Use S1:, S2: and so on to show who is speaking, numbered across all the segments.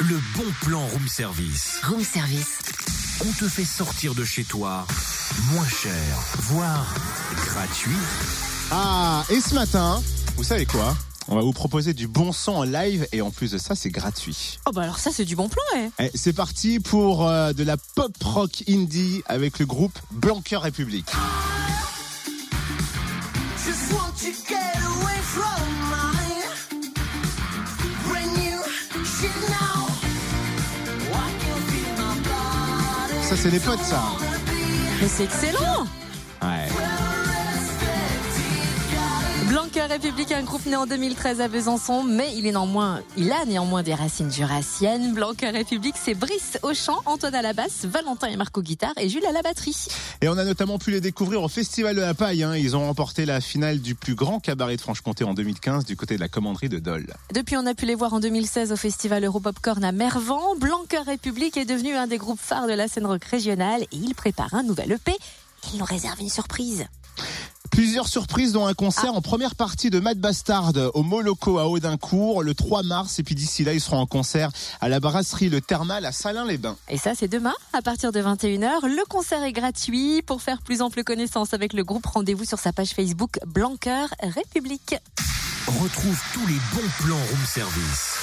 S1: Le bon plan room service.
S2: Room service.
S1: On te fait sortir de chez toi moins cher, voire gratuit.
S3: Ah, et ce matin, vous savez quoi on va vous proposer du bon son en live et en plus de ça, c'est gratuit.
S4: Oh bah alors ça c'est du bon plan ouais.
S3: Eh, c'est parti pour euh, de la pop rock indie avec le groupe Blanquer République.
S5: Just want to get away from mine. Brand new shit now. I can feel my body.
S3: Ça, c'est les potes, ça.
S5: Wanna be
S4: Mais c'est excellent
S3: Ouais.
S5: respected.
S4: Blanca République, un groupe né en 2013 à Besançon, mais il est néanmoins, il a néanmoins des racines jurassiennes. Blanca République, c'est Brice au chant, Antoine à la basse, Valentin et Marco guitare et Jules à la batterie.
S3: Et on a notamment pu les découvrir au Festival de la Paille. hein. Ils ont remporté la finale du plus grand cabaret de Franche-Comté en 2015 du côté de la commanderie de Dole.
S4: Depuis, on a pu les voir en 2016 au festival Europopcorn à Mervan. Blanca République est devenu un des groupes phares de la scène rock régionale et il prépare un nouvel EP. Il nous réserve une surprise.
S3: Plusieurs surprises dont un concert en première partie de Mad Bastard au Moloco à Audincourt le 3 mars et puis d'ici là ils seront en concert à la brasserie Le Thermal à Salins-les-Bains.
S4: Et ça, c'est demain, à partir de 21h. Le concert est gratuit. Pour faire plus ample connaissance avec le groupe, rendez-vous sur sa page Facebook Blanqueur République.
S1: Retrouve tous les bons plans room service.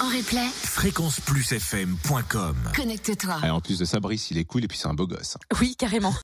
S2: En replay,
S1: Fréquenceplusfm.com
S2: connecte-toi.
S3: Et en plus de ça Brice il est cool et puis c'est un beau gosse. hein.
S4: Oui, carrément.